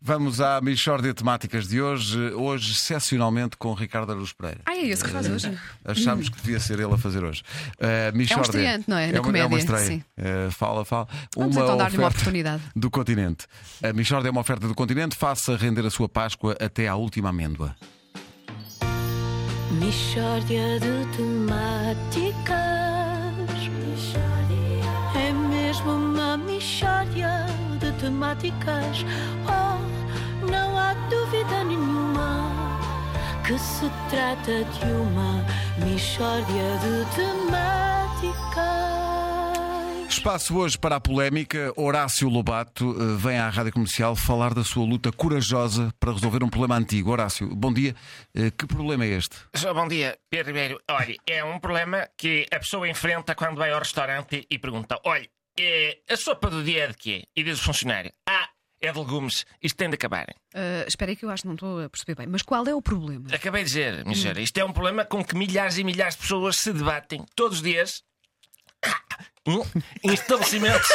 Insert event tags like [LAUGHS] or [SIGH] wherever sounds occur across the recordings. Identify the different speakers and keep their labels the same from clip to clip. Speaker 1: Vamos à Michórdia de Temáticas de hoje, hoje excepcionalmente com Ricardo Aruz Pereira.
Speaker 2: Ah, é esse que faz
Speaker 3: [LAUGHS]
Speaker 2: hoje.
Speaker 1: Achámos que devia ser ele a fazer hoje. Uh, Michórdia.
Speaker 2: estreante, não é? Na
Speaker 1: É uma, é uma
Speaker 2: comédia,
Speaker 1: estreia.
Speaker 2: sim.
Speaker 1: Uh, fala, fala.
Speaker 2: Vamos então dar-lhe uma
Speaker 1: oferta
Speaker 2: oportunidade.
Speaker 1: Do continente. A Michórdia é uma oferta do continente. Faça render a sua Páscoa até à última amêndoa.
Speaker 4: Mishória de temáticas É mesmo uma mishória de temáticas Oh, não há dúvida nenhuma Que se trata de uma mishória de temáticas
Speaker 1: Espaço hoje para a polémica. Horácio Lobato uh, vem à Rádio Comercial falar da sua luta corajosa para resolver um problema antigo. Horácio, bom dia. Uh, que problema é este?
Speaker 3: Só bom dia, Pedro Ribeiro. Olha, é um problema que a pessoa enfrenta quando vai ao restaurante e pergunta: Olha, eh, a sopa do dia é de quê? E diz o funcionário: Ah, é de legumes, isto tem de acabar.
Speaker 2: Ah, espera aí que eu acho que não estou a perceber bem. Mas qual é o problema?
Speaker 3: Acabei de dizer, minha senhora, isto é um problema com que milhares e milhares de pessoas se debatem todos os dias Hum, em estabelecimentos.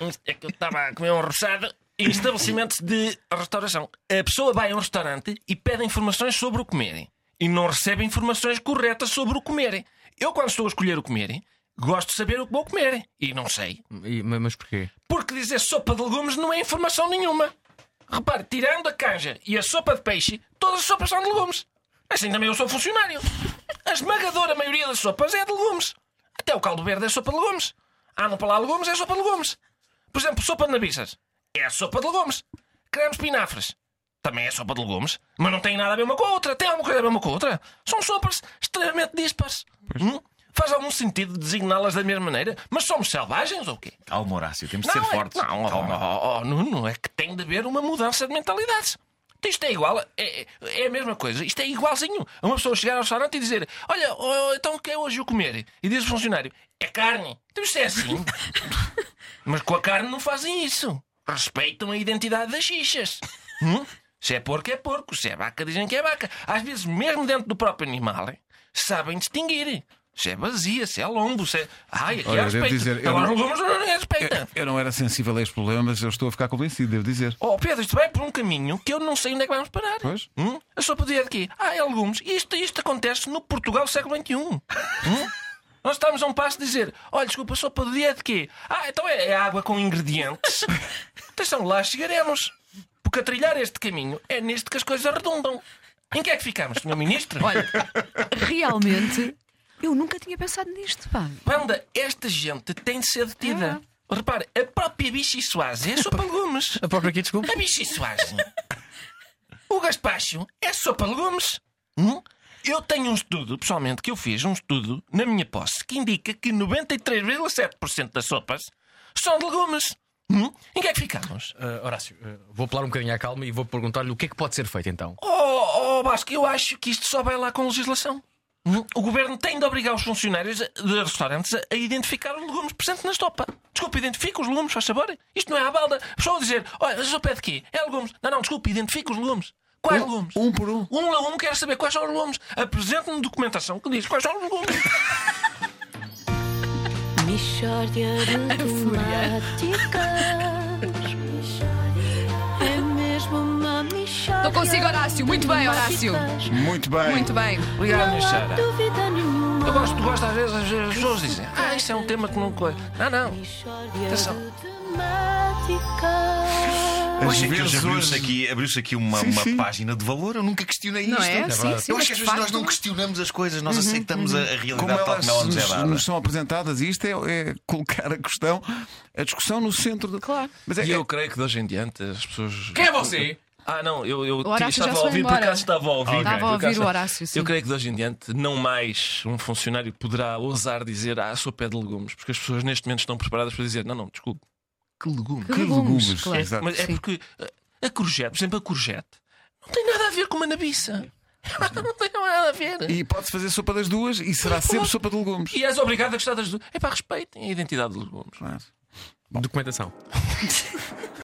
Speaker 3: Hum, É que eu estava a comer um roçado. Em estabelecimentos de restauração. A pessoa vai a um restaurante e pede informações sobre o comerem. E não recebe informações corretas sobre o comerem. Eu, quando estou a escolher o comerem, gosto de saber o que vou comer. E não sei.
Speaker 5: E- ma- mas porquê?
Speaker 3: Porque dizer sopa de legumes não é informação nenhuma. Repare, tirando a canja e a sopa de peixe, todas as sopas são de legumes. Assim também eu sou funcionário. A esmagadora maioria das sopas é de legumes. Até o caldo verde é sopa de legumes. Ah, não para lá legumes, é sopa de legumes. Por exemplo, sopa de nabiças. É sopa de legumes. Cremes pinafres. Também é sopa de legumes, mas não tem nada a ver uma com a outra. Tem alguma coisa a ver uma com a outra. São sopas extremamente dispares. Hum? Faz algum sentido designá-las da mesma maneira? Mas somos selvagens ou quê?
Speaker 6: Calma, Horácio, temos de
Speaker 3: Não,
Speaker 6: ser
Speaker 3: é-
Speaker 6: fortes.
Speaker 3: Não, oh,
Speaker 6: Calma.
Speaker 3: oh, oh, Nuno, é que tem de haver uma mudança de mentalidades. Isto é igual, a- é, é a mesma coisa, isto é igualzinho a uma pessoa chegar ao restaurante e dizer: Olha, oh, então o que é hoje o comer? E diz o funcionário: É carne. Então isto é assim. Mas com a carne não fazem isso. Respeitam a identidade das xixas. Hum? Se é porco, é porco. Se é vaca, dizem que é vaca. Às vezes, mesmo dentro do próprio animal, eh, sabem distinguir. Se é vazia, se é lombo, se é. Ai, aqui
Speaker 1: Olha,
Speaker 3: há
Speaker 1: devo
Speaker 3: respeito.
Speaker 1: dizer, eu
Speaker 3: Agora
Speaker 1: não-
Speaker 3: os homens não respeitam.
Speaker 1: É, Eu não era sensível a este problema, mas eu estou a ficar convencido, devo dizer.
Speaker 3: Oh, Pedro, isto vai por um caminho que eu não sei onde é que vamos parar.
Speaker 1: Pois.
Speaker 3: Hum? A sopa de aqui. Ah, é legumes. Isto, isto acontece no Portugal do século XXI. Hum? Nós estamos a um passo de dizer: olha, desculpa, a sopa de dia é de quê? Ah, então é, é água com ingredientes. Atenção, lá chegaremos. Porque a trilhar este caminho é neste que as coisas redundam. Em que é que ficamos, senhor ministro? Olha,
Speaker 2: Realmente, eu nunca tinha pensado nisto, pá.
Speaker 3: banda, esta gente tem de ser detida. Repare, a própria bicha Soares é sopa de legumes.
Speaker 5: A própria aqui, desculpa.
Speaker 3: A bicha suagem. O gaspacho é sopa de legumes. Hum? Eu tenho um estudo, pessoalmente, que eu fiz um estudo na minha posse que indica que 93,7% das sopas são de legumes. Hum? Em que é que ficamos?
Speaker 5: Horácio, ah, vou apelar um bocadinho à calma e vou perguntar-lhe o que é que pode ser feito então.
Speaker 3: Oh, oh Vasco, eu acho que isto só vai lá com legislação. Hum? O governo tem de obrigar os funcionários a- de restaurantes a, a identificar os legumes presentes na sopa. Desculpa, identifica os legumes, faz sabor. Isto não é à balda. Só dizer, olha, a sopa é de quê? É legumes. Não, não, desculpa, identifica os legumes. Quais legumes?
Speaker 1: Um por um.
Speaker 3: Um legume quer saber quais são os legumes. Apresente-me documentação que diz quais são os legumes.
Speaker 2: [LAUGHS]
Speaker 4: Mishória de temáticas É mesmo uma mishória
Speaker 2: Não consigo, Horácio. Muito bem,
Speaker 4: de
Speaker 2: Horácio.
Speaker 4: temáticas.
Speaker 1: Muito bem.
Speaker 2: Muito bem.
Speaker 3: Obrigado, minha
Speaker 4: Não há
Speaker 3: senhora.
Speaker 4: dúvida nenhuma
Speaker 3: Eu gosto, gosto às vezes, às vezes as pessoas dizem, ah, isso é um tema que não coisa. Não, não. Atenção.
Speaker 4: temática.
Speaker 6: Hoje é que
Speaker 1: vezes
Speaker 6: hoje abriu-se
Speaker 1: hoje-
Speaker 6: aqui, abriu-se aqui uma,
Speaker 1: Sim,
Speaker 6: uma
Speaker 1: sim.
Speaker 6: página de valor, eu nunca questionei
Speaker 2: Não
Speaker 6: isto.
Speaker 2: é? Sim, sim.
Speaker 6: Eu
Speaker 2: mas
Speaker 6: acho que às vezes
Speaker 2: de
Speaker 6: nós
Speaker 2: facto-
Speaker 6: não questionamos as coisas, nós aceitamos a- a
Speaker 1: Uhum. Como
Speaker 6: realidade tal
Speaker 1: elas
Speaker 6: como ela nos é
Speaker 1: nos,
Speaker 6: dada.
Speaker 1: nos são apresentadas, e isto é, é colocar a questão, a discussão no centro de. Claro. Mas é,
Speaker 3: creio que de hoje em diante as pessoas.
Speaker 5: Quem é você?
Speaker 3: Ah, não, eu, eu
Speaker 2: Horácio
Speaker 3: estava
Speaker 2: já se
Speaker 3: a
Speaker 2: foi
Speaker 3: ouvir, por
Speaker 2: embora.
Speaker 3: acaso estava a ouvir.
Speaker 2: Estava a
Speaker 3: por acaso é.
Speaker 2: ouvir o Horácio, sim.
Speaker 3: Eu creio que de hoje em diante não mais um funcionário poderá ousar dizer ah, sou pé de legumes, porque as pessoas neste momento estão preparadas para dizer não, não, desculpe, que legume.
Speaker 1: Que legumes,
Speaker 2: claro.
Speaker 1: exato.
Speaker 3: Mas é
Speaker 2: Sim.
Speaker 3: porque uh, a corjete, por exemplo, a corjete, não tem nada a ver com uma nabiça. [LAUGHS] não tem nada a ver.
Speaker 1: E pode-se fazer sopa das duas e será sempre sopa de legumes.
Speaker 3: E és obrigado a gostar das duas. É para respeitem a identidade dos legumes.
Speaker 1: Claro.
Speaker 5: Documentação.